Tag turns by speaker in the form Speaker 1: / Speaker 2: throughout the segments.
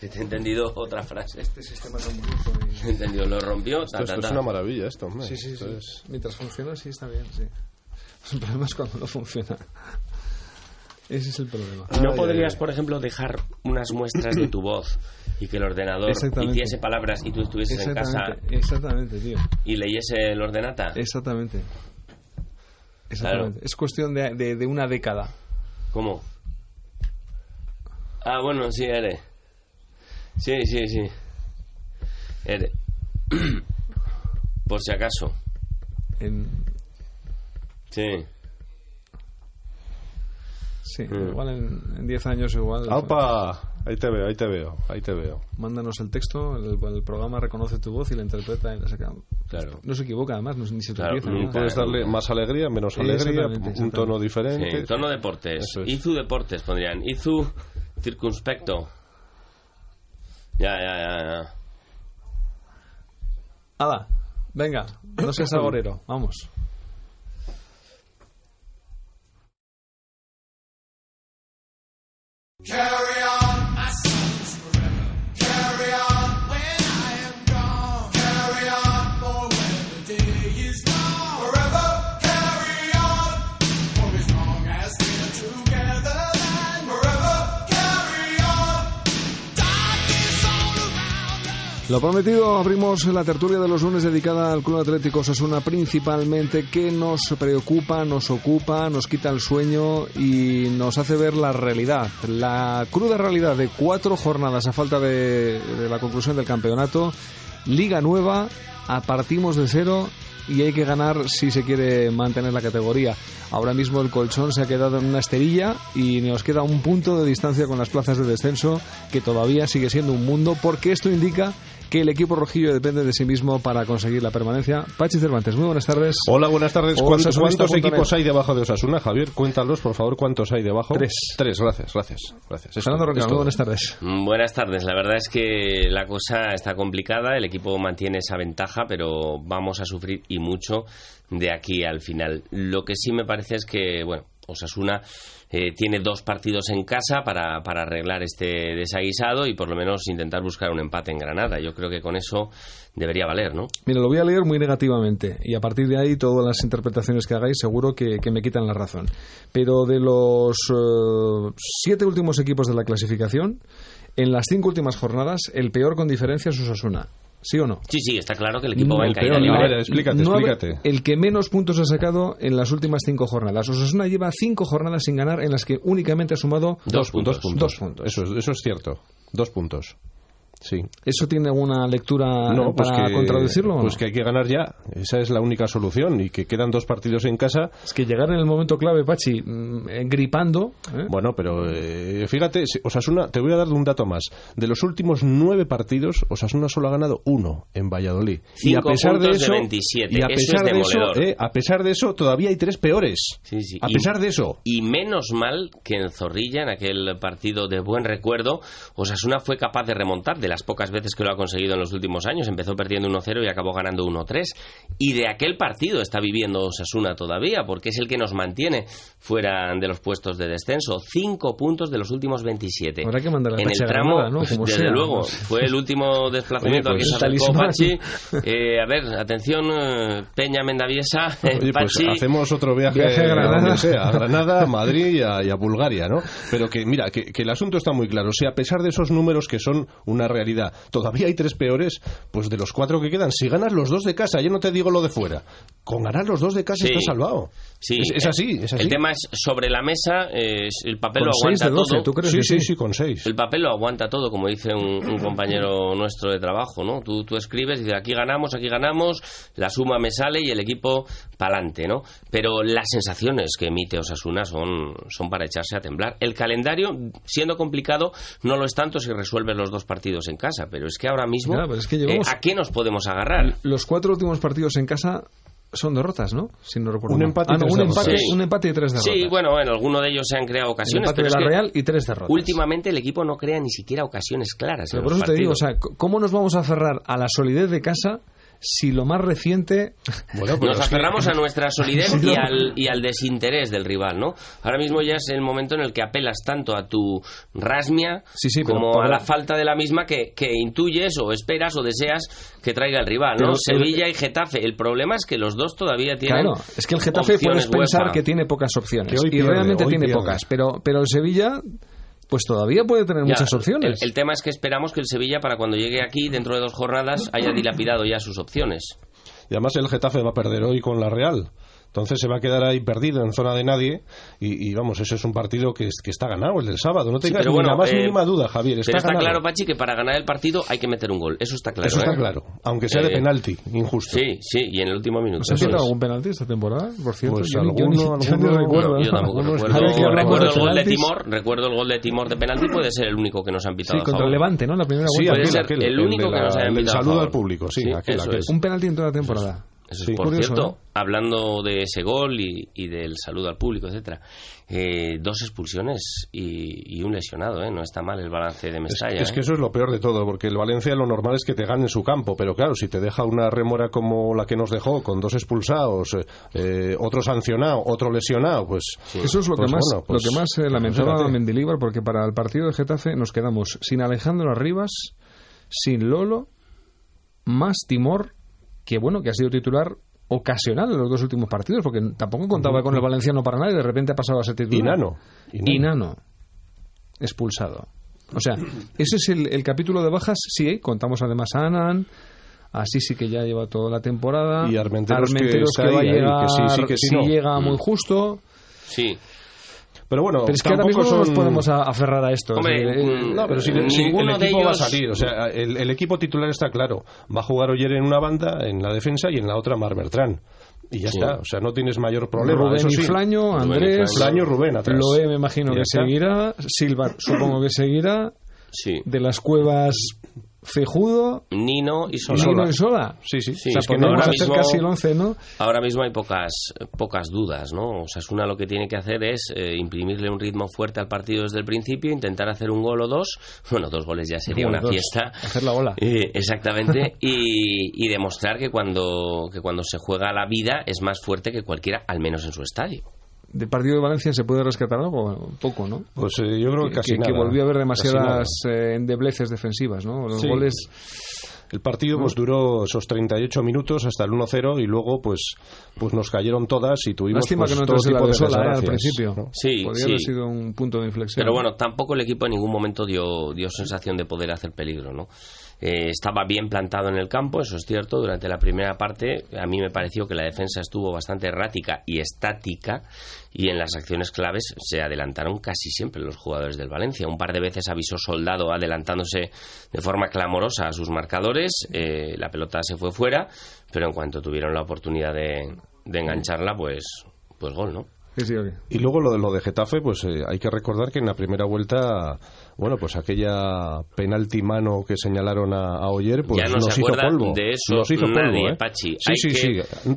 Speaker 1: Si te he entendido otra frase.
Speaker 2: Este sistema tan bonito.
Speaker 1: Te he entendido, lo rompió. ta,
Speaker 3: Esto, esto
Speaker 1: ta, ta.
Speaker 3: es una maravilla, esto, hombre.
Speaker 2: Sí, sí, sí.
Speaker 3: Esto es-
Speaker 2: Mientras funciona, sí, está bien, sí. El problema es cuando no funciona. Ese es el problema.
Speaker 1: ¿Y no
Speaker 3: Ay,
Speaker 1: podrías,
Speaker 3: ay, ay.
Speaker 1: por ejemplo, dejar unas muestras de tu voz y que el ordenador
Speaker 2: Exactamente.
Speaker 1: hiciese palabras y tú estuvieses Pues en casa
Speaker 2: Exactamente, exactamente, tío.
Speaker 1: y leyese el ordenata?
Speaker 3: Eh.
Speaker 2: Exactamente. Exactamente. Es cuestión de, de- de una década.
Speaker 1: ¿Cómo? Ah, bueno, sí, Ere. Sí, sí, sí. Ere. Por si acaso.
Speaker 2: En,
Speaker 1: Sí.
Speaker 2: sí,
Speaker 1: Mm.
Speaker 2: igual en en 10 años, igual.
Speaker 3: ¡Apa! Ahí te veo, ahí te veo, ahí te veo.
Speaker 2: Mándanos el texto, el, el programa reconoce tu voz y la interpreta. y la saca.
Speaker 1: Claro.
Speaker 2: No se equivoca, además, no, ni se
Speaker 1: Claro,
Speaker 2: tropieza.
Speaker 1: nunca.
Speaker 2: nada.
Speaker 3: Puedes darle más alegría, menos
Speaker 2: Sí,
Speaker 3: alegría,
Speaker 2: exactamente,
Speaker 3: un tono
Speaker 2: exactamente.
Speaker 3: diferente.
Speaker 1: Sí, tono deportes.
Speaker 3: Eso es.
Speaker 1: Izu deportes pondrían. Izu circunspecto. Ya, ya, ya, ya.
Speaker 2: Hala, venga, no seas agorero, vamos.
Speaker 4: Carry on, my sons forever. Carry on when I am gone. Carry on for when the day is gone. Forever carry on for as long as we're together. And forever carry on. Darkness all around us.
Speaker 2: Lo prometido, abrimos la tertulia de los lunes dedicada al Club Atlético Osasuna principalmente, que nos preocupa, nos ocupa, nos quita el sueño y nos hace ver la realidad, la cruda realidad de cuatro jornadas a falta de, de la conclusión del campeonato, liga nueva, a partimos de cero y hay que ganar si se quiere mantener la categoría. Ahora mismo el colchón se ha quedado en una esterilla y nos queda un punto de distancia con las plazas de descenso, que todavía sigue siendo un mundo, porque esto indica que el equipo rojillo depende de sí mismo para conseguir la permanencia. Pachi Cervantes, muy buenas tardes.
Speaker 3: Hola, buenas tardes. ¿Cuántos,
Speaker 2: Osasunista
Speaker 3: cuántos
Speaker 2: punto net.
Speaker 3: equipos hay debajo de Osasuna, Javier? Cuéntalos, por favor, cuántos hay debajo.
Speaker 2: Tres.
Speaker 3: Tres, gracias, gracias. gracias. Es
Speaker 2: Fernando
Speaker 3: todo,
Speaker 2: Roca,
Speaker 3: es
Speaker 2: muy
Speaker 3: todo.
Speaker 2: buenas tardes.
Speaker 1: Mm, Buenas tardes. La verdad es que la cosa está complicada. El equipo mantiene esa ventaja, pero vamos a sufrir y mucho de aquí al final. Lo que sí me parece es que, bueno, Osasuna eh, tiene dos partidos en casa para, para arreglar este desaguisado y por lo menos intentar buscar un empate en Granada. Yo creo que con eso debería valer, ¿no?
Speaker 2: Mira, lo voy a leer muy negativamente y a partir de ahí todas las interpretaciones que hagáis seguro que, que me quitan la razón. Pero de los eh, siete últimos equipos de la clasificación, en las cinco últimas jornadas, el peor con diferencia es Osasuna. ¿Sí o no?
Speaker 1: Sí, sí, está claro que el equipo va en
Speaker 2: El
Speaker 1: caída
Speaker 2: peor,
Speaker 3: A
Speaker 1: libre.
Speaker 3: ver, explícate,
Speaker 2: No haber-
Speaker 3: explícate.
Speaker 2: el que menos puntos ha sacado en las últimas cinco jornadas. Osasuna lleva cinco jornadas sin ganar en las que únicamente ha sumado
Speaker 1: Dos puntos.
Speaker 3: Dos puntos.
Speaker 2: Dos puntos.
Speaker 3: Eso, es- eso es cierto. Dos puntos. Sí.
Speaker 2: ¿Eso tiene alguna
Speaker 3: Ah,
Speaker 2: lectura eh, para contradecirlo? o no?
Speaker 3: Pues que hay que ganar ya. Esa es la única solución. Y que quedan dos partidos en casa.
Speaker 2: Es que llegar en el momento clave, Pachi, mm, eh, gripando. ¿eh?
Speaker 3: Bueno, pero eh, fíjate, si- Osasuna, te voy a dar un dato más. De los últimos nueve partidos, Osasuna solo ha ganado uno en Valladolid.
Speaker 1: Cinco puntos de 27.
Speaker 3: y a
Speaker 1: Eso
Speaker 3: pesar
Speaker 1: es
Speaker 3: de eso,
Speaker 1: demoledor.
Speaker 3: eh, a pesar de eso, todavía hay tres peores.
Speaker 1: Sí, sí.
Speaker 3: A
Speaker 1: Y-
Speaker 3: pesar de eso.
Speaker 1: Y menos mal que en Zorrilla, en aquel partido de buen recuerdo, Osasuna fue capaz de remontar de las pocas veces que lo ha conseguido en los últimos años. Empezó perdiendo 1-0 y acabó ganando 1-3. Y de aquel partido está viviendo Osasuna todavía, porque es el que nos mantiene fuera de los puestos de descenso. Cinco puntos de los últimos 27.
Speaker 2: Habrá que mandar a
Speaker 1: en
Speaker 2: Pachi
Speaker 1: el
Speaker 2: a
Speaker 1: tramo,
Speaker 2: Granada, ¿no? Como
Speaker 1: desde
Speaker 2: sea,
Speaker 1: luego,
Speaker 2: ¿no?
Speaker 1: fue el último desplazamiento
Speaker 3: Oye, pues,
Speaker 1: al que se acercó
Speaker 2: talismán.
Speaker 1: Pachi. Eh, a ver, atención, eh, Peña Mendaviesa, eh,
Speaker 3: Oye, pues
Speaker 1: Pachi.
Speaker 3: hacemos otro viaje,
Speaker 2: Viaje a Granada.
Speaker 3: donde sea, a Granada, a Madrid y a, y a Bulgaria, ¿no? Pero que, mira, que, que el asunto está muy claro. Si a pesar de esos números que son una realidad, todavía hay tres peores, pues de los cuatro que quedan, si ganas los dos de casa, yo no te digo lo de fuera, con ganar los dos de casa
Speaker 1: Sí.
Speaker 3: estás salvado.
Speaker 1: Sí,
Speaker 3: Es- es
Speaker 1: eh,
Speaker 3: así, es así.
Speaker 1: El tema es sobre la mesa, eh, es- el papel
Speaker 2: Con
Speaker 1: lo
Speaker 2: 6
Speaker 1: aguanta
Speaker 2: de 12,
Speaker 1: todo.
Speaker 2: ¿tú crees
Speaker 3: Sí,
Speaker 2: que
Speaker 3: sí, sí, con seis.
Speaker 1: El papel lo aguanta todo, como dice un, un compañero nuestro de trabajo, ¿no? Tú, tú escribes y dices, aquí ganamos, aquí ganamos, la suma me sale y el equipo pa'lante, ¿no? Pero las sensaciones que emite Osasuna son, son para echarse a temblar. El calendario, siendo complicado, no lo es tanto si resuelves los dos partidos en casa, pero es que ahora mismo, eh,
Speaker 2: Ya, pero es que llevamos-
Speaker 1: ¿a qué nos podemos agarrar?
Speaker 2: Los cuatro últimos partidos en casa son derrotas, ¿no? Si no recuerdo
Speaker 3: Un
Speaker 2: mal.
Speaker 3: empate y
Speaker 2: Ah, no,
Speaker 3: tres
Speaker 2: un,
Speaker 3: derrotas.
Speaker 2: empate,
Speaker 1: Sí.
Speaker 2: un empate y tres derrotas.
Speaker 1: Sí, bueno, en alguno de ellos se han creado
Speaker 2: Un
Speaker 1: ocasiones,
Speaker 2: empate
Speaker 1: pero
Speaker 2: de
Speaker 1: es
Speaker 2: la
Speaker 1: que
Speaker 2: Real y tres derrotas.
Speaker 1: últimamente el equipo no crea ni siquiera ocasiones claras. en
Speaker 2: Pero por
Speaker 1: los
Speaker 2: eso te digo, o
Speaker 1: partidos.
Speaker 2: sea, c- ¿cómo nos vamos a aferrar a la solidez de casa si lo más reciente...
Speaker 3: Bueno, pero
Speaker 1: Nos
Speaker 3: es que-
Speaker 1: aferramos a nuestra solidez
Speaker 2: Sí,
Speaker 1: y
Speaker 2: no.
Speaker 1: al, y al desinterés del rival, ¿no? Ahora mismo ya es el momento en el que apelas tanto a tu rasmia
Speaker 2: Sí, sí, pero
Speaker 1: como
Speaker 2: para-
Speaker 1: a la falta de la misma que, que intuyes o esperas o deseas que traiga el rival, ¿no?
Speaker 2: Pero-
Speaker 1: Sevilla y Getafe. El problema es que los dos todavía tienen.
Speaker 2: Claro, es que el Getafe puedes
Speaker 1: opciones
Speaker 2: pensar
Speaker 1: UEFA.
Speaker 2: que tiene pocas opciones.
Speaker 3: Que hoy
Speaker 2: y
Speaker 3: pierde,
Speaker 2: realmente
Speaker 3: hoy
Speaker 2: tiene
Speaker 3: pierde.
Speaker 2: pocas, pero, pero el Sevilla pues todavía puede tener
Speaker 1: Ya,
Speaker 2: muchas opciones.
Speaker 1: El, el tema es que esperamos que el Sevilla, para cuando llegue aquí, dentro de dos jornadas, haya dilapidado ya sus opciones.
Speaker 3: Y además el Getafe va a perder hoy con la Real. Entonces se va a quedar ahí perdido en zona de nadie. Y, y vamos, ese es un partido que, es- que está ganado, el del sábado. No
Speaker 1: Sí,
Speaker 3: tengas
Speaker 1: pero
Speaker 3: ni
Speaker 1: bueno,
Speaker 3: la más
Speaker 1: eh,
Speaker 3: mínima duda, Javier. Está
Speaker 1: Pero está
Speaker 3: ganado.
Speaker 1: claro, Pachi, que para ganar el partido hay que meter un gol. Eso está claro.
Speaker 3: Eso está
Speaker 1: ¿eh?
Speaker 3: claro. Aunque sea de
Speaker 1: Eh,
Speaker 3: penalti, injusto.
Speaker 1: Sí, sí, y en el último minuto.
Speaker 2: ¿Se ha
Speaker 1: eso
Speaker 2: quitado
Speaker 1: es.
Speaker 2: Pues algún penalti esta temporada, por cierto?
Speaker 3: Pues
Speaker 2: ni- ni-
Speaker 3: alguno-
Speaker 2: yo ni
Speaker 3: alguno-
Speaker 2: recuerdo. ¿eh?
Speaker 1: No, yo tampoco
Speaker 3: Algunos-
Speaker 1: recuerdo.
Speaker 2: Ahora que hablamos
Speaker 1: Recuerdo el gol de
Speaker 2: penaltis,
Speaker 1: Timor, recuerdo el gol de Timor de penalti, puede ser el único que nos han
Speaker 2: Sí,
Speaker 1: pitado a
Speaker 2: contra
Speaker 1: favor.
Speaker 2: el Levante, ¿no? La primera
Speaker 3: Sí,
Speaker 2: vuelta.
Speaker 1: puede
Speaker 3: aquel,
Speaker 1: ser
Speaker 3: aquel,
Speaker 1: el
Speaker 3: de
Speaker 1: único que
Speaker 3: la-
Speaker 1: nos haya
Speaker 3: el del
Speaker 1: pitado a
Speaker 3: saludo
Speaker 1: favor.
Speaker 3: al público, sí,
Speaker 1: Sí,
Speaker 3: aquel,
Speaker 1: eso
Speaker 3: aquel.
Speaker 1: es.
Speaker 2: Un penalti en toda la temporada.
Speaker 1: Eso es,
Speaker 3: Sí,
Speaker 1: por
Speaker 2: curioso,
Speaker 1: cierto,
Speaker 2: ¿no?
Speaker 1: hablando de ese gol y, y del saludo al público, etcétera, eh, dos expulsiones y, y un lesionado, ¿eh? No está mal el balance de
Speaker 3: Es,
Speaker 1: Mestalla.
Speaker 3: es que
Speaker 1: ¿eh?
Speaker 3: eso es lo peor de todo, porque el Valencia lo normal es que te gane en su campo, pero claro, si te deja una remora como la que nos dejó, con dos expulsados, eh, eh, otro sancionado, otro lesionado, pues...
Speaker 2: Eso es lo que
Speaker 3: pues
Speaker 2: más,
Speaker 3: bueno, pues,
Speaker 2: lo que más eh,
Speaker 3: pues
Speaker 2: lamentaba
Speaker 3: fíjate.
Speaker 2: Mendilíbar, porque para el partido de Getafe nos quedamos sin Alejandro Arribas, sin Lolo, más Timor, que bueno, que ha sido titular ocasional en los dos últimos partidos, porque tampoco contaba con el valenciano para nada y de repente ha pasado a ser titular.
Speaker 3: Y Nano. Y Nano.
Speaker 2: Y Nano, expulsado. O sea, ese es el, el capítulo de bajas, sí, contamos además a Anan, así sí que ya lleva toda la temporada.
Speaker 3: Y Armenteros que está
Speaker 2: va a
Speaker 3: ahí, ahí, que
Speaker 2: llegar,
Speaker 3: sí, sí, que sí,
Speaker 2: si
Speaker 3: no. Mm.
Speaker 2: llega muy justo.
Speaker 1: Sí.
Speaker 3: Pero bueno,
Speaker 2: Pero es que ahora
Speaker 3: tampoco
Speaker 2: mismo no nos
Speaker 3: son-
Speaker 2: podemos a- aferrar a esto.
Speaker 1: Hombre,
Speaker 2: Es decir,
Speaker 1: mm,
Speaker 2: eh,
Speaker 3: No, pero si, si
Speaker 1: Ninguno
Speaker 3: el
Speaker 1: de
Speaker 3: equipo
Speaker 1: ellos-
Speaker 3: va a salir, o sea, el, el equipo titular está claro. Va a jugar Oyer en una banda, en la defensa, y en la otra Mar Bertrán. Y ya
Speaker 1: Sí.
Speaker 3: está, o sea, no tienes mayor problema.
Speaker 2: Rubén
Speaker 3: Eso
Speaker 2: y
Speaker 3: sí,
Speaker 2: Flaño,
Speaker 1: Rubén y
Speaker 2: Andrés,
Speaker 3: Flaño, Rubén atrás.
Speaker 2: Loé me imagino
Speaker 3: Ya
Speaker 2: que
Speaker 3: está.
Speaker 2: seguirá, Silva supongo que seguirá,
Speaker 1: Sí.
Speaker 2: de las cuevas Cejudo,
Speaker 1: Nino y Sola.
Speaker 2: Nino y Sola.
Speaker 3: Sí, sí.
Speaker 1: Sí,
Speaker 2: o sea,
Speaker 1: es que
Speaker 2: podemos
Speaker 1: ahora
Speaker 2: hacer
Speaker 1: mismo-
Speaker 2: casi el 11, ¿no?
Speaker 1: Ahora mismo hay pocas, pocas dudas, ¿no? Osasuna lo que tiene que hacer es eh, imprimirle un ritmo fuerte al partido desde el principio, intentar hacer un gol o dos. Bueno, dos goles ya sería
Speaker 2: Uno,
Speaker 1: una
Speaker 2: dos.
Speaker 1: fiesta.
Speaker 2: Hacer la ola.
Speaker 1: Eh, exactamente. y, y demostrar que cuando, que cuando se juega la vida es más fuerte que cualquiera, al menos en su estadio.
Speaker 2: Del partido de Valencia se puede rescatar algo, un poco, ¿no?
Speaker 3: Pues eh, yo creo que casi
Speaker 2: que, que
Speaker 3: nada.
Speaker 2: volvió a haber
Speaker 3: Casi
Speaker 2: demasiadas
Speaker 3: nada.
Speaker 2: eh, endebleces defensivas, ¿no? Los
Speaker 3: Sí.
Speaker 2: goles
Speaker 3: El partido pues duró esos 38 minutos hasta el 1-0 y luego pues pues nos cayeron todas y tuvimos
Speaker 2: Lástima
Speaker 3: pues,
Speaker 2: que no
Speaker 3: todo
Speaker 2: entrase la
Speaker 3: tipo
Speaker 2: de
Speaker 3: de
Speaker 2: Sola eh, al
Speaker 3: desgracias,
Speaker 2: principio.
Speaker 3: ¿no?
Speaker 1: Sí, sí.
Speaker 2: Podría haber sido un punto de inflexión.
Speaker 1: Pero bueno, tampoco el equipo en ningún momento dio, dio sensación de poder hacer peligro, ¿no? Eh, estaba bien plantado en el campo, eso es cierto. Durante la primera parte, a mí me pareció que la defensa estuvo bastante errática y estática, y en las acciones claves se adelantaron casi siempre los jugadores del Valencia. Un par de veces avisó Soldado adelantándose de forma clamorosa a sus marcadores. eh, la pelota se fue fuera, pero en cuanto tuvieron la oportunidad de, de engancharla, pues, pues gol, ¿no?
Speaker 2: Sí, sí, ok.
Speaker 3: Y luego lo de, lo de Getafe, pues eh, hay que recordar que en la primera vuelta, bueno, pues aquella penalti mano que señalaron a, a Oyer, pues
Speaker 1: Ya no
Speaker 3: nos
Speaker 1: se
Speaker 3: hizo
Speaker 1: acuerdan
Speaker 3: polvo.
Speaker 1: de eso
Speaker 3: nos hizo
Speaker 1: nadie,
Speaker 3: polvo, ¿eh?
Speaker 1: Pachi.
Speaker 3: Sí,
Speaker 1: Hay
Speaker 3: sí,
Speaker 1: que-
Speaker 3: sí.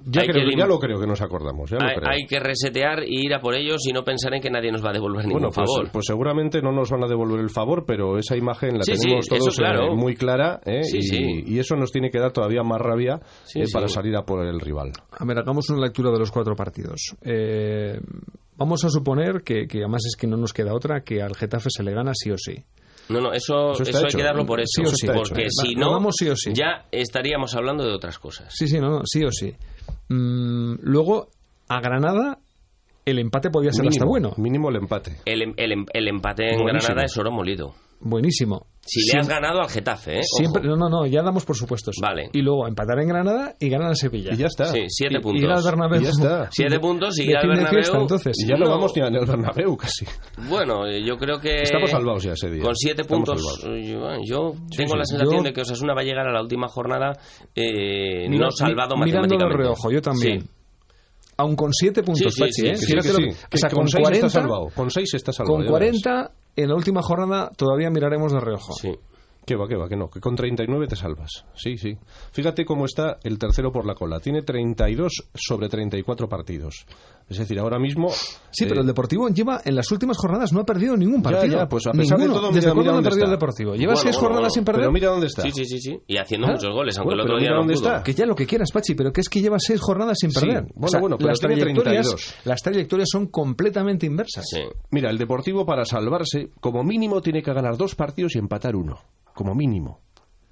Speaker 3: Ya,
Speaker 1: hay
Speaker 3: creo-
Speaker 1: que lim-
Speaker 3: ya lo creo que nos acordamos. ya lo
Speaker 1: hay,
Speaker 3: creo.
Speaker 1: hay que resetear y ir a por ellos y no pensar en que nadie nos va a devolver ningún
Speaker 3: Bueno, pues,
Speaker 1: favor.
Speaker 3: pues seguramente no nos van a devolver el favor, pero esa imagen la
Speaker 1: Sí, sí,
Speaker 3: tenemos todos
Speaker 1: eso claro.
Speaker 3: eh, muy clara ¿eh?
Speaker 1: Sí,
Speaker 3: y,
Speaker 1: sí.
Speaker 3: y eso nos tiene que dar todavía más rabia
Speaker 1: Sí,
Speaker 3: eh,
Speaker 1: sí.
Speaker 3: para salir a por el rival.
Speaker 2: A ver, hagamos una lectura de los cuatro partidos. Eh, vamos a suponer que, que además es que no nos queda otra, que al Getafe se le gana sí o sí.
Speaker 1: no, no, eso,
Speaker 3: Eso
Speaker 1: eso,
Speaker 3: está
Speaker 1: hay
Speaker 3: hecho.
Speaker 1: que darlo por eso.
Speaker 2: Sí o sí.
Speaker 1: porque
Speaker 2: Está hecho.
Speaker 1: si
Speaker 2: Va-
Speaker 1: no,
Speaker 2: vamos sí o sí.
Speaker 1: ya estaríamos hablando de otras cosas.
Speaker 2: Sí, sí, no, no, sí o sí. Mm, luego, a Granada el empate podía ser hasta
Speaker 3: Mínimo,
Speaker 2: bueno.
Speaker 3: Mínimo el empate.
Speaker 1: El, em- el em- el empate en
Speaker 2: Buenísimo.
Speaker 1: Granada es oro molido.
Speaker 2: Buenísimo.
Speaker 1: Si le has
Speaker 2: Siempre-
Speaker 1: ganado al Getafe, ¿eh? Ojo.
Speaker 2: Siempre, no, no, no, ya damos por supuestos.
Speaker 1: Vale.
Speaker 2: Y luego empatar en Granada y ganar en Sevilla.
Speaker 3: Y ya está.
Speaker 1: Sí, siete
Speaker 2: Y-
Speaker 1: puntos.
Speaker 2: Y ir al Bernabéu.
Speaker 3: Y ya está.
Speaker 1: Siete puntos y
Speaker 2: De
Speaker 1: ir al
Speaker 2: fin de
Speaker 1: Bernabéu.
Speaker 2: fiesta, entonces.
Speaker 3: Y ya no,
Speaker 1: No.
Speaker 3: vamos ni al Bernabéu casi.
Speaker 1: Bueno, eh, yo creo que...
Speaker 3: Estamos salvados ya ese día.
Speaker 1: Con siete
Speaker 3: Estamos
Speaker 1: puntos,
Speaker 3: salvados.
Speaker 1: eh, yo, yo tengo
Speaker 3: sí.
Speaker 1: la sensación
Speaker 2: Yo-
Speaker 1: de que Osasuna va a llegar a la última jornada eh,
Speaker 2: Mira-
Speaker 1: no salvado
Speaker 2: mi- Mirando de
Speaker 1: matemáticamente.
Speaker 2: reojo, yo también.
Speaker 1: Sí.
Speaker 2: Aun con siete puntos,
Speaker 1: sí,
Speaker 2: Pachi,
Speaker 1: sí,
Speaker 2: ¿eh?
Speaker 1: sí,
Speaker 3: Que sí,
Speaker 2: Fíjate
Speaker 3: que
Speaker 2: lo que-
Speaker 3: sí.
Speaker 2: O sea,
Speaker 3: Que
Speaker 2: con, 40...
Speaker 3: está salvado. Con 6 está salvado.
Speaker 2: Con
Speaker 3: ya verás.
Speaker 2: 40 en la última jornada todavía miraremos de reojo.
Speaker 1: Sí.
Speaker 3: Que va, que va, que no. Que con 39 te salvas. Sí, sí. Fíjate cómo está el tercero por la cola. Tiene 32 sobre 34 partidos. Es decir, ahora mismo.
Speaker 2: Sí,
Speaker 3: eh,
Speaker 2: pero el Deportivo lleva en las últimas jornadas no ha perdido ningún
Speaker 3: Ya,
Speaker 2: partido.
Speaker 3: ya, pues a pesar de
Speaker 2: Ninguno.
Speaker 3: todo, mira-
Speaker 2: ¿Desde
Speaker 3: mira
Speaker 2: cuándo no ha
Speaker 3: dónde
Speaker 2: perdido el
Speaker 3: está.
Speaker 2: Deportivo? Lleva
Speaker 1: Bueno,
Speaker 2: seis
Speaker 1: bueno,
Speaker 2: jornadas
Speaker 1: bueno.
Speaker 2: sin perder.
Speaker 3: Pero mira dónde está.
Speaker 1: Sí, sí, sí, sí. Y haciendo
Speaker 2: Ah,
Speaker 1: muchos goles, aunque
Speaker 3: bueno,
Speaker 1: el
Speaker 3: pero
Speaker 1: otro día
Speaker 3: mira
Speaker 1: no
Speaker 3: dónde
Speaker 1: pudo.
Speaker 3: está.
Speaker 2: Que ya lo que quieras, Pachi, pero que es que lleva seis jornadas sin
Speaker 3: Sí.
Speaker 2: perder.
Speaker 3: Bueno, bueno, pero
Speaker 2: las
Speaker 3: tiene
Speaker 2: trayectorias,
Speaker 3: 32.
Speaker 2: las trayectorias son completamente inversas.
Speaker 1: Sí.
Speaker 3: Mira, el Deportivo para salvarse, como mínimo, tiene que ganar dos partidos y empatar uno. Como mínimo.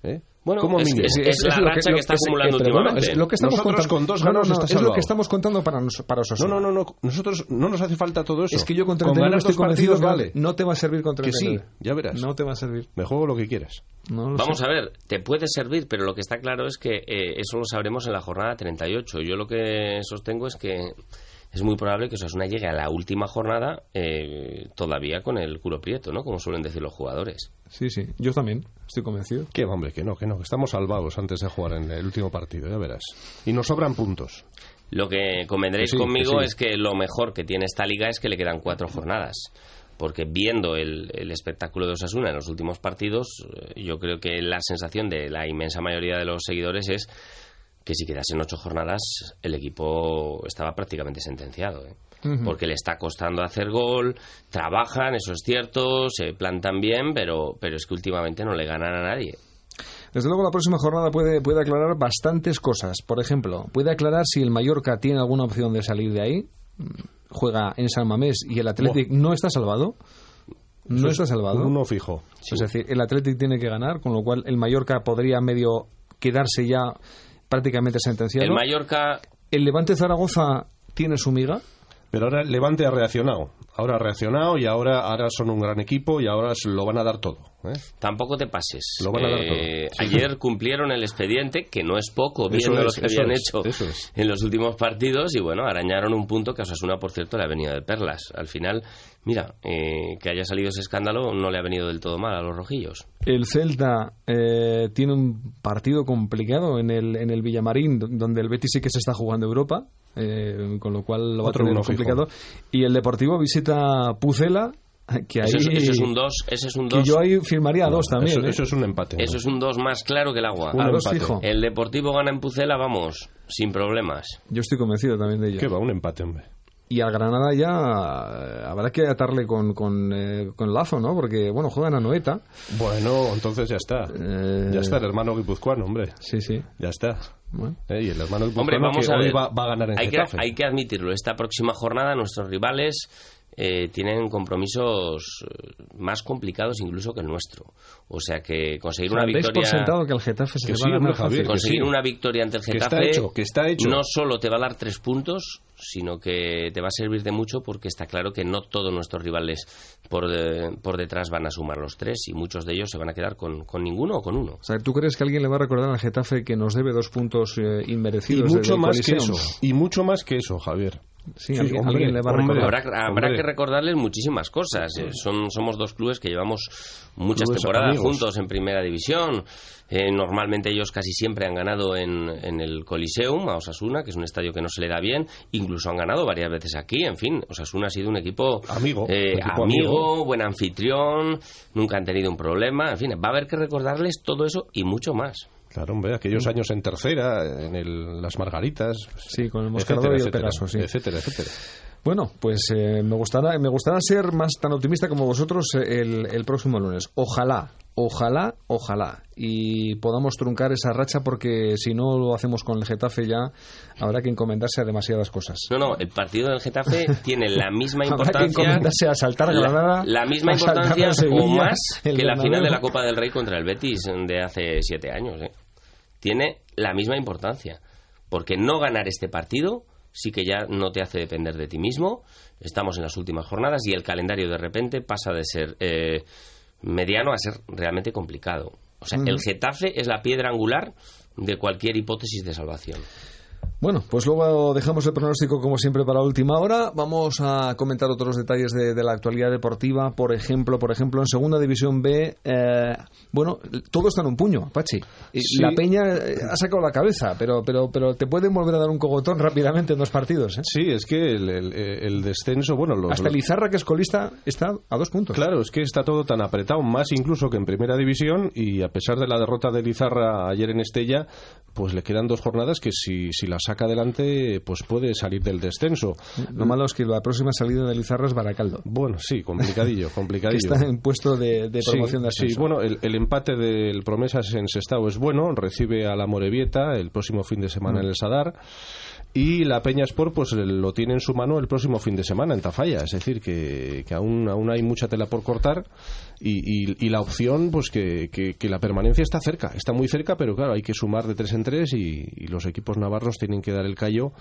Speaker 3: ¿eh?
Speaker 1: Bueno,
Speaker 3: como
Speaker 1: es-
Speaker 3: mínimo.
Speaker 1: es-
Speaker 2: Es- es
Speaker 1: la
Speaker 2: lo que-
Speaker 1: racha
Speaker 2: lo-
Speaker 1: que está
Speaker 2: es-
Speaker 1: acumulando
Speaker 2: pero bueno,
Speaker 1: últimamente.
Speaker 2: es lo que estamos
Speaker 3: Nosotros
Speaker 2: contando-
Speaker 3: con dos
Speaker 2: No, no,
Speaker 3: ganas
Speaker 2: no,
Speaker 3: está
Speaker 2: es lo
Speaker 3: salvado.
Speaker 2: que estamos contando para, nos- para Osasuna.
Speaker 3: No, no, no, no. Nosotros no nos hace falta todo eso.
Speaker 2: Es que yo con
Speaker 3: Con
Speaker 2: 39
Speaker 3: ganar
Speaker 2: estoy
Speaker 3: dos
Speaker 2: convencido
Speaker 3: partidos
Speaker 2: que
Speaker 3: vale.
Speaker 2: no te va a servir con
Speaker 3: Que sí,
Speaker 2: 39.
Speaker 3: ya verás.
Speaker 2: No te va a servir.
Speaker 3: Me juego lo que quieras.
Speaker 2: No lo
Speaker 1: Vamos
Speaker 2: sé.
Speaker 1: a ver, te puede servir, pero lo que está claro es que eh, eso lo sabremos en la jornada 38. Yo lo que sostengo es que es muy probable que Osasuna llegue a la última jornada eh, todavía con el culo prieto, ¿no? Como suelen decir los jugadores.
Speaker 2: Sí, sí, yo también estoy convencido.
Speaker 3: Que hombre, que no, que no, que estamos salvados antes de jugar en el último partido, ya verás. Y nos sobran puntos.
Speaker 1: Lo que convendréis
Speaker 3: Que sí,
Speaker 1: conmigo
Speaker 3: que sí.
Speaker 1: es que lo mejor que tiene esta liga es que le quedan cuatro jornadas. Porque viendo el, el espectáculo de Osasuna en los últimos partidos, eh, yo creo que la sensación de la inmensa mayoría de los seguidores es que si quedasen ocho jornadas, el equipo estaba prácticamente sentenciado. ¿eh? Porque le está costando hacer gol, trabajan, eso es cierto, se plantan bien, pero, pero es que últimamente no le ganan a nadie.
Speaker 2: Desde luego, la próxima jornada puede, puede aclarar bastantes cosas. Por ejemplo, puede aclarar si el Mallorca tiene alguna opción de salir de ahí. Mm, Juega en San Mamés y el Athletic no está salvado. No está salvado.
Speaker 3: Uno fijo.
Speaker 2: Es decir, el Athletic tiene que ganar, con lo cual el Mallorca podría medio quedarse ya prácticamente sentenciado.
Speaker 1: El Mallorca
Speaker 2: El Levante Zaragoza tiene su miga.
Speaker 3: Pero ahora el Levante ha reaccionado. Ahora ha reaccionado y ahora, ahora son un gran equipo y ahora se lo van a dar todo. ¿eh?
Speaker 1: Tampoco te pases. Eh,
Speaker 3: Lo van a dar todo. Sí.
Speaker 1: Ayer cumplieron el expediente, que no es poco,
Speaker 3: Eso
Speaker 1: viendo
Speaker 3: es,
Speaker 1: lo que
Speaker 3: eso
Speaker 1: habían
Speaker 3: es,
Speaker 1: hecho
Speaker 3: eso es.
Speaker 1: en los últimos partidos, y bueno, arañaron un punto que a Osasuna, por cierto, le ha venido de perlas. Al final, mira, eh, que haya salido ese escándalo no le ha venido del todo mal a los rojillos.
Speaker 2: El Celta eh, tiene un partido complicado en el, en el Villamarín, do- donde el Betis sí que se está jugando Europa, eh, con lo cual lo va
Speaker 3: Otro
Speaker 2: a tener
Speaker 3: uno fijo.
Speaker 2: complicado. Y el Deportivo visita Pucela, que ahí...
Speaker 1: Eso, es, eso es un 2, eso es un
Speaker 2: que
Speaker 1: 2.
Speaker 2: yo ahí firmaría a dos también.
Speaker 3: eso,
Speaker 2: ¿eh?
Speaker 3: eso es un empate.
Speaker 1: Eso es un 2 más claro que el agua.
Speaker 2: Un
Speaker 3: Ah,
Speaker 2: dos
Speaker 3: empate.
Speaker 2: fijo.
Speaker 1: El Deportivo gana en Pucela, vamos, sin problemas.
Speaker 2: Yo estoy convencido también de ello.
Speaker 3: ¿Qué va? Un empate, hombre.
Speaker 2: Y al Granada ya eh, habrá que atarle con, con, eh, con Lazo, ¿no? Porque, bueno, juegan a Noeta.
Speaker 3: Bueno, entonces ya está.
Speaker 2: Eh.
Speaker 3: Ya está el hermano guipuzcoano, hombre.
Speaker 2: Sí, sí.
Speaker 3: Ya está.
Speaker 2: Bueno.
Speaker 3: ¿Eh? Y el hermano
Speaker 1: Hombre,
Speaker 3: guipuzcoano
Speaker 1: vamos
Speaker 3: que
Speaker 1: a
Speaker 3: hoy
Speaker 1: ver.
Speaker 3: va, va a ganar en
Speaker 1: hay, que,
Speaker 3: Getafe.
Speaker 1: hay que admitirlo. Esta próxima jornada nuestros rivales eh, tienen compromisos eh, más complicados incluso que el nuestro. O sea que conseguir una
Speaker 2: O sea, ¿veis por
Speaker 1: victoria...
Speaker 2: sentado que el Getafe se
Speaker 3: Que
Speaker 2: le
Speaker 3: sí,
Speaker 2: va a ganar
Speaker 3: hombre, Javier,
Speaker 2: fácil?
Speaker 3: que
Speaker 1: Conseguir
Speaker 3: sí.
Speaker 1: una victoria ante el
Speaker 3: Que está
Speaker 1: Getafe
Speaker 3: hecho, que está hecho.
Speaker 1: no solo te va a dar tres puntos, sino que te va a servir de mucho porque está claro que no todos nuestros rivales por, de- por detrás van a sumar los tres y muchos de ellos se van a quedar con, con ninguno o con uno.
Speaker 2: O sea, ¿tú crees que alguien le va a recordar al Getafe que nos debe dos puntos eh,
Speaker 3: Y
Speaker 2: inmerecidos? desde
Speaker 3: mucho
Speaker 2: el
Speaker 3: más que eso.
Speaker 2: Coliseum?
Speaker 3: Y mucho más que eso, Javier.
Speaker 2: Sí,
Speaker 3: Sí,
Speaker 2: alguien,
Speaker 3: hombre,
Speaker 2: alguien le va a
Speaker 3: hombre.
Speaker 2: recordar.
Speaker 1: Habrá, habrá
Speaker 3: hombre.
Speaker 1: que recordarles muchísimas cosas. Eh, Son, somos dos clubes que llevamos muchas
Speaker 3: Clubes
Speaker 1: temporadas
Speaker 3: amigos.
Speaker 1: juntos en primera división. Eh, normalmente ellos casi siempre han ganado en, en el Coliseum, a Osasuna, que es un estadio que no se le da bien. Incluso han ganado varias veces aquí. En fin, Osasuna ha sido un equipo,
Speaker 3: Amigo,
Speaker 1: eh,
Speaker 3: un equipo
Speaker 1: amigo, buen anfitrión, nunca han tenido un problema. En fin, va a haber que recordarles todo eso y mucho más.
Speaker 3: Claro, hombre, aquellos años en tercera, en el- las margaritas.
Speaker 2: Mm. Sí, con el Moscardó
Speaker 3: etcétera,
Speaker 2: y el
Speaker 3: etcétera,
Speaker 2: Pegaso, sí.
Speaker 3: Etcétera, etcétera.
Speaker 2: Bueno, pues eh, me, gustará, me gustará ser más tan optimista como vosotros eh, el, el próximo lunes. Ojalá, ojalá, ojalá. Y podamos truncar esa racha porque si no lo hacemos con el Getafe ya habrá que encomendarse a demasiadas cosas.
Speaker 1: No, no, el partido del Getafe tiene la misma
Speaker 2: Habrá que
Speaker 1: importancia.
Speaker 2: encomendarse a saltar
Speaker 1: la-
Speaker 2: Granada.
Speaker 1: La, misma
Speaker 2: a saltar a
Speaker 1: importancia o
Speaker 2: Sevilla,
Speaker 1: más que
Speaker 2: el
Speaker 1: la
Speaker 2: Bernabéu.
Speaker 1: final de la Copa del Rey contra el Betis de hace siete años. ¿eh? Tiene la misma importancia. Porque no ganar este partido sí que ya no te hace depender de ti mismo. Estamos en las últimas jornadas y el calendario de repente pasa de ser eh, mediano a ser realmente complicado. O sea,
Speaker 2: Mm.
Speaker 1: el Getafe es la piedra angular de cualquier hipótesis de salvación.
Speaker 2: Bueno, pues luego dejamos el pronóstico como siempre para última hora. Vamos a comentar otros detalles de, de la actualidad deportiva. Por ejemplo, por ejemplo, en Segunda División B, eh, bueno, todo está en un puño, Pachi. Y
Speaker 3: Sí.
Speaker 2: La Peña eh, ha sacado la cabeza, pero, pero, pero te pueden volver a dar un cogotón rápidamente en dos partidos. ¿eh?
Speaker 3: Sí, es que el, el- el descenso, bueno, los,
Speaker 2: Hasta Lizarra, que es colista, está a dos puntos.
Speaker 3: Claro, es que está todo tan apretado, más incluso que en primera división, y a pesar de la derrota de Lizarra ayer en Estella, pues le quedan dos jornadas que si, si la saca adelante, pues puede salir del descenso.
Speaker 2: Lo malo es que la próxima salida de Lizarra es Baracaldo,
Speaker 3: Bueno, sí, complicadillo,
Speaker 2: que
Speaker 3: complicadillo.
Speaker 2: está en puesto de, de
Speaker 3: Sí,
Speaker 2: promoción de
Speaker 3: sí,
Speaker 2: ascenso.
Speaker 3: bueno, el, el empate del Promesas en Sestao es bueno, recibe a la Morevieta el próximo fin de
Speaker 2: Mm.
Speaker 3: semana en el Sadar y la Peña Sport pues el- lo tiene en su mano el próximo fin de semana en Tafalla, es decir, que, que aún, aún hay mucha tela por cortar y, y- y la opción pues que, que- que la permanencia está cerca, está muy cerca, pero claro, hay que sumar de tres en tres y, y los equipos navarros tienen que dar el callo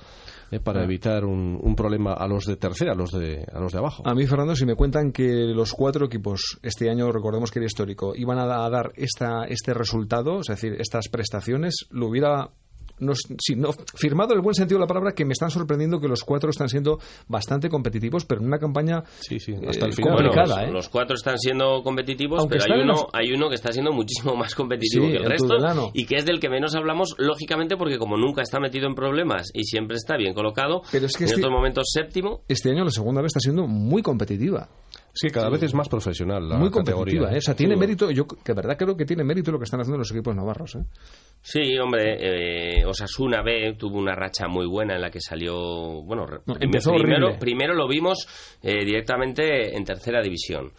Speaker 3: eh,
Speaker 2: Ah.
Speaker 3: para evitar un, un problema a los de tercera, a los de, a los de abajo.
Speaker 2: A mí, Fernando, si me cuentan que los cuatro equipos este año, recordemos que era histórico, iban a da- a dar esta, este resultado, es decir, estas prestaciones, lo hubiera. No, es- sí, no, firmado en el buen sentido de la palabra, que me están sorprendiendo que los cuatro están siendo bastante competitivos, pero en una campaña
Speaker 3: Sí, sí, hasta el
Speaker 2: eh,
Speaker 3: final.
Speaker 1: Bueno,
Speaker 2: complicada.
Speaker 1: los,
Speaker 2: ¿eh?
Speaker 1: los cuatro están siendo competitivos,
Speaker 2: Aunque
Speaker 1: pero hay
Speaker 2: están en
Speaker 1: uno,
Speaker 2: los-
Speaker 1: hay uno que está siendo muchísimo más competitivo
Speaker 2: Sí,
Speaker 1: que el
Speaker 2: el
Speaker 1: resto
Speaker 2: tudelano.
Speaker 1: y que es del que menos hablamos, lógicamente, porque como nunca está metido en problemas y siempre está bien colocado,
Speaker 2: Pero es que
Speaker 1: en
Speaker 2: este-
Speaker 1: estos momentos séptimo,
Speaker 2: Este año la segunda vez está siendo muy competitiva,
Speaker 3: Es que cada vez es más profesional la
Speaker 2: muy
Speaker 3: categoría.
Speaker 2: competitiva. ¿eh? O sea, tiene
Speaker 3: Sí.
Speaker 2: mérito, yo que de verdad creo que tiene mérito lo que están haciendo los equipos navarros. ¿eh?
Speaker 1: Sí, hombre, eh, Osasuna B tuvo una racha muy buena en la que salió, bueno, re-
Speaker 2: No,
Speaker 1: primer-
Speaker 2: empezó
Speaker 1: primero,
Speaker 2: horrible.
Speaker 1: primero lo vimos eh, directamente en tercera división.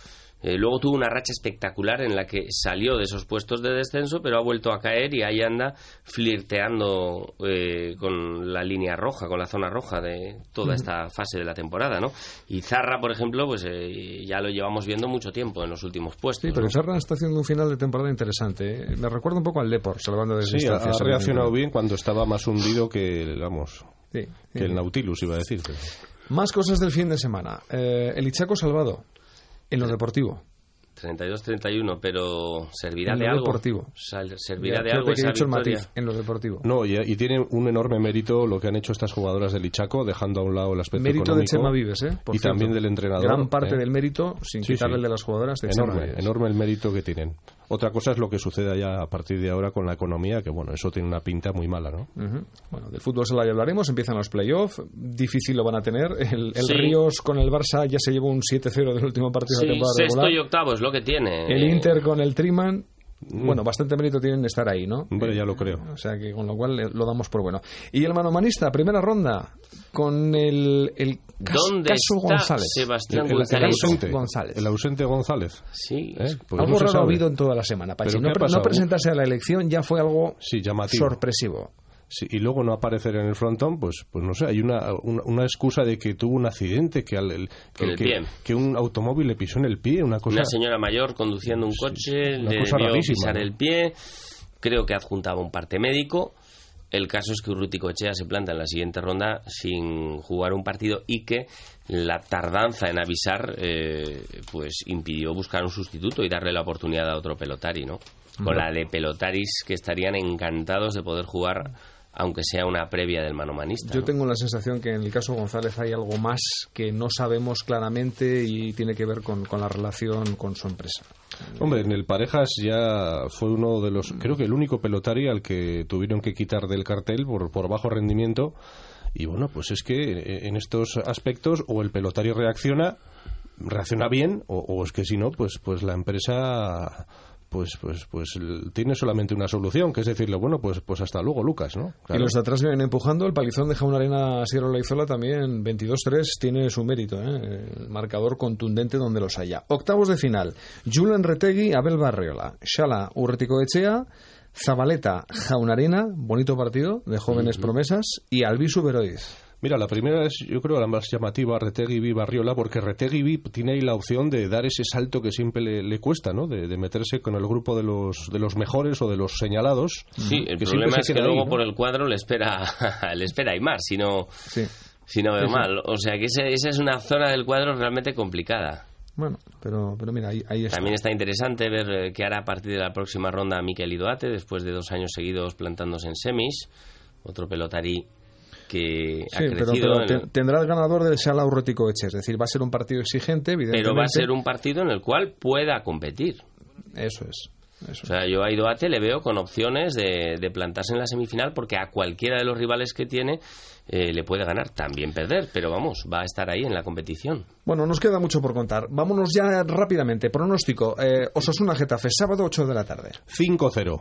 Speaker 1: Eh, luego tuvo una racha espectacular en la que salió de esos puestos de descenso, pero ha vuelto a caer y ahí anda flirteando eh, con la línea roja, con la zona roja de toda esta fase de la temporada, ¿no? Y Zarra, por ejemplo, pues eh, ya lo llevamos viendo mucho tiempo en los últimos puestos.
Speaker 2: Sí, pero
Speaker 1: ¿no?
Speaker 2: Serra está haciendo un final de temporada interesante. ¿eh? Me recuerda un poco al Depor, salvando ¿eh? de
Speaker 3: Sí, ha, ha reaccionado bien cuando estaba más hundido que, vamos, que el Nautilus, iba a decir. pero-
Speaker 2: Más cosas del fin de semana. Eh, el Ichaco salvado en lo deportivo.
Speaker 1: 32-31, pero servirá
Speaker 2: En
Speaker 1: de
Speaker 2: lo
Speaker 1: algo.
Speaker 2: deportivo.
Speaker 1: Sal- servirá
Speaker 2: Ya,
Speaker 1: de
Speaker 2: fíjate
Speaker 1: algo
Speaker 2: que he
Speaker 1: esa
Speaker 2: dicho el
Speaker 1: victoria.
Speaker 2: matiz, en lo deportivo.
Speaker 3: No, y, y tiene un enorme mérito lo que han hecho estas jugadoras del Ichaco, dejando a un lado el aspecto
Speaker 2: mérito de
Speaker 3: económico.
Speaker 2: Chema Vives, ¿eh? Por
Speaker 3: y
Speaker 2: cierto.
Speaker 3: también del entrenador.
Speaker 2: Gran parte
Speaker 3: ¿eh?
Speaker 2: del mérito, sin
Speaker 3: Sí,
Speaker 2: quitarle
Speaker 3: sí.
Speaker 2: el de las jugadoras, de Chema
Speaker 3: Enorme,
Speaker 2: Vives.
Speaker 3: enorme el mérito que tienen. Otra cosa es lo que suceda ya a partir de ahora con la economía, que bueno, eso tiene una pinta muy mala, ¿no?
Speaker 2: Ujú. Bueno, del fútbol sala ya hablaremos, empiezan los playoffs, difícil lo van a tener. El, el
Speaker 1: Sí.
Speaker 2: Ríos con el Barça ya se llevó un 7-0 del último partido
Speaker 1: Sí,
Speaker 2: de la temporada
Speaker 1: sexto
Speaker 2: regular.
Speaker 1: y octavo es lo que tiene.
Speaker 2: El
Speaker 1: Eh,
Speaker 2: Inter con el Triman, bueno, bastante mérito tienen de estar ahí, ¿no?
Speaker 3: Mm. Hombre, ya lo creo.
Speaker 2: O sea que con lo cual le- lo damos por bueno. Y el manomanista, primera ronda, con el, el Cas-
Speaker 1: ¿Dónde
Speaker 2: Casu
Speaker 1: está
Speaker 2: González.
Speaker 1: Sebastián
Speaker 3: El- el- el
Speaker 1: González?
Speaker 3: ausente,
Speaker 2: González.
Speaker 3: El ausente González.
Speaker 1: Sí,
Speaker 3: ¿eh? Pues
Speaker 2: algo
Speaker 3: no se
Speaker 2: raro ha
Speaker 3: sabe.
Speaker 2: habido en toda la semana, Pachi.
Speaker 3: ¿Pero
Speaker 2: No,
Speaker 3: qué ha
Speaker 2: pre- no
Speaker 3: pasado?
Speaker 2: presentarse a la elección ya fue algo
Speaker 3: Sí, llamativo.
Speaker 2: sorpresivo.
Speaker 3: Sí, y luego no aparecer en el frontón, pues, pues no sé, hay una, una, una excusa de que tuvo un accidente, que, al- el- que,
Speaker 1: Con el
Speaker 3: que-
Speaker 1: pie.
Speaker 3: que un automóvil le pisó en el pie, una cosa.
Speaker 1: una señora mayor conduciendo un coche,
Speaker 3: una
Speaker 1: le
Speaker 3: cosa
Speaker 1: debió
Speaker 3: rarísima,
Speaker 1: pisar
Speaker 3: ¿no?
Speaker 1: el pie, creo que adjuntaba un parte médico. El caso es que Urruticochea se planta en la siguiente ronda sin jugar un partido y que la tardanza en avisar eh, pues impidió buscar un sustituto y darle la oportunidad a otro pelotari, ¿no? Con la de pelotaris que estarían encantados de poder jugar aunque sea una previa del manomanista.
Speaker 2: Yo
Speaker 1: ¿no?
Speaker 2: tengo la sensación que en el caso González hay algo más que no sabemos claramente y tiene que ver con, con la relación con su empresa.
Speaker 3: Hombre, en el Parejas ya fue uno de
Speaker 1: Mm.
Speaker 3: los, creo que el único pelotari al que tuvieron que quitar del cartel por, por bajo rendimiento. Y bueno, pues es que eh, en estos aspectos o el pelotario reacciona, reacciona bien, o, o es que si no, pues, pues la empresa pues pues pues l- tiene solamente una solución, que es decirle, bueno, pues pues hasta luego, Lucas, ¿no?
Speaker 2: Y
Speaker 3: Claro.
Speaker 2: los de atrás vienen empujando. El palizón deja una arena Sierra Laizola también. 22-3 tiene su mérito. ¿eh? El marcador contundente donde los haya. Octavos de final. Julen Retegui, Abel Barriola. Shala Urreticoechea. Zabaleta Jaunarena. Bonito partido de jóvenes promesas. Y Albisu Beroiz.
Speaker 3: Mira, la primera es, yo creo, la más llamativa, Retegui y Barriola, porque Retegui tiene ahí la opción de dar ese salto que siempre le, le cuesta, ¿no? De, de meterse con el grupo de los, de los mejores o de los señalados.
Speaker 1: Sí, el
Speaker 3: que siempre
Speaker 1: problema
Speaker 3: se
Speaker 1: es que
Speaker 3: queda ahí,
Speaker 1: luego
Speaker 3: ¿no?
Speaker 1: por el cuadro le espera, le espera Aymar, si no,
Speaker 2: Sí.
Speaker 1: si no veo mal. O sea que ese- esa es una zona del cuadro realmente complicada.
Speaker 2: Bueno, pero, pero mira, ahí, ahí está.
Speaker 1: También está interesante ver eh, qué hará a partir de la próxima ronda Mikel Idoate, después de dos años seguidos plantándose en semis. Otro pelotarí que ha
Speaker 2: Sí, pero,
Speaker 1: crecido.
Speaker 2: pero
Speaker 1: en-
Speaker 2: te- tendrá el ganador del Salau Roticoeche. Es decir, va a ser un partido exigente, evidentemente.
Speaker 1: pero va a ser un partido en el cual pueda competir.
Speaker 2: Eso es. Eso
Speaker 1: O
Speaker 2: es.
Speaker 1: sea, yo a Idoate le veo con opciones de, de plantarse en la semifinal porque a cualquiera de los rivales que tiene eh, le puede ganar, también perder, pero vamos, va a estar ahí en la competición.
Speaker 2: Bueno, nos queda mucho por contar. Vámonos ya rápidamente. Pronóstico. Eh, Osasuna Getafe, sábado 8 de la tarde.
Speaker 3: 5-0.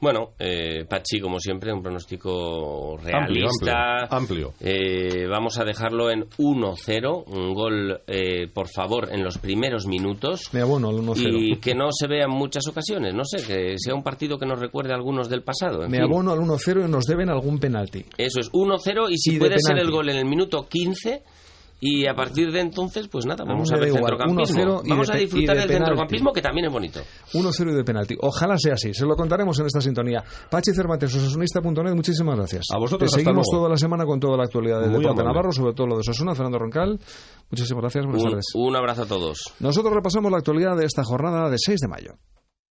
Speaker 1: Bueno, eh, Pachi, como siempre, un pronóstico realista.
Speaker 3: amplio, amplio.
Speaker 1: Eh, vamos a dejarlo en 1-0, un gol, eh, por favor, en los primeros minutos.
Speaker 2: Me abono al 1-0.
Speaker 1: Y que no se vea en muchas ocasiones, no sé, que sea un partido que nos recuerde a algunos del pasado. en
Speaker 2: Me
Speaker 1: fin.
Speaker 2: abono al 1-0 y nos deben algún penalti.
Speaker 1: Eso es, 1-0 y si
Speaker 2: Y de
Speaker 1: puede ser
Speaker 2: penalti.
Speaker 1: el gol en el minuto 15 y a partir de entonces, pues nada, vamos a
Speaker 2: me da
Speaker 1: ver
Speaker 2: igual, 1-0
Speaker 1: centrocampismo.
Speaker 2: y
Speaker 1: Vamos
Speaker 2: de
Speaker 1: a
Speaker 2: pe- y
Speaker 1: disfrutar
Speaker 2: de
Speaker 1: del
Speaker 2: penalti.
Speaker 1: centrocampismo que también es bonito.
Speaker 2: 1-0 y de penalti. Ojalá sea así. Se lo contaremos en esta sintonía. Pachi Cervantes, osasunista.net, muchísimas gracias.
Speaker 3: A vosotros,
Speaker 2: Te
Speaker 3: hasta
Speaker 2: seguimos
Speaker 3: luego.
Speaker 2: toda la semana con toda la actualidad del
Speaker 3: Muy
Speaker 2: deporte
Speaker 3: amable.
Speaker 2: navarro, sobre todo lo de Osasuna, Fernando Roncal. Muchísimas gracias, buenas
Speaker 1: Un,
Speaker 2: tardes.
Speaker 1: un abrazo a todos.
Speaker 2: Nosotros repasamos la actualidad de esta jornada de 6 de mayo.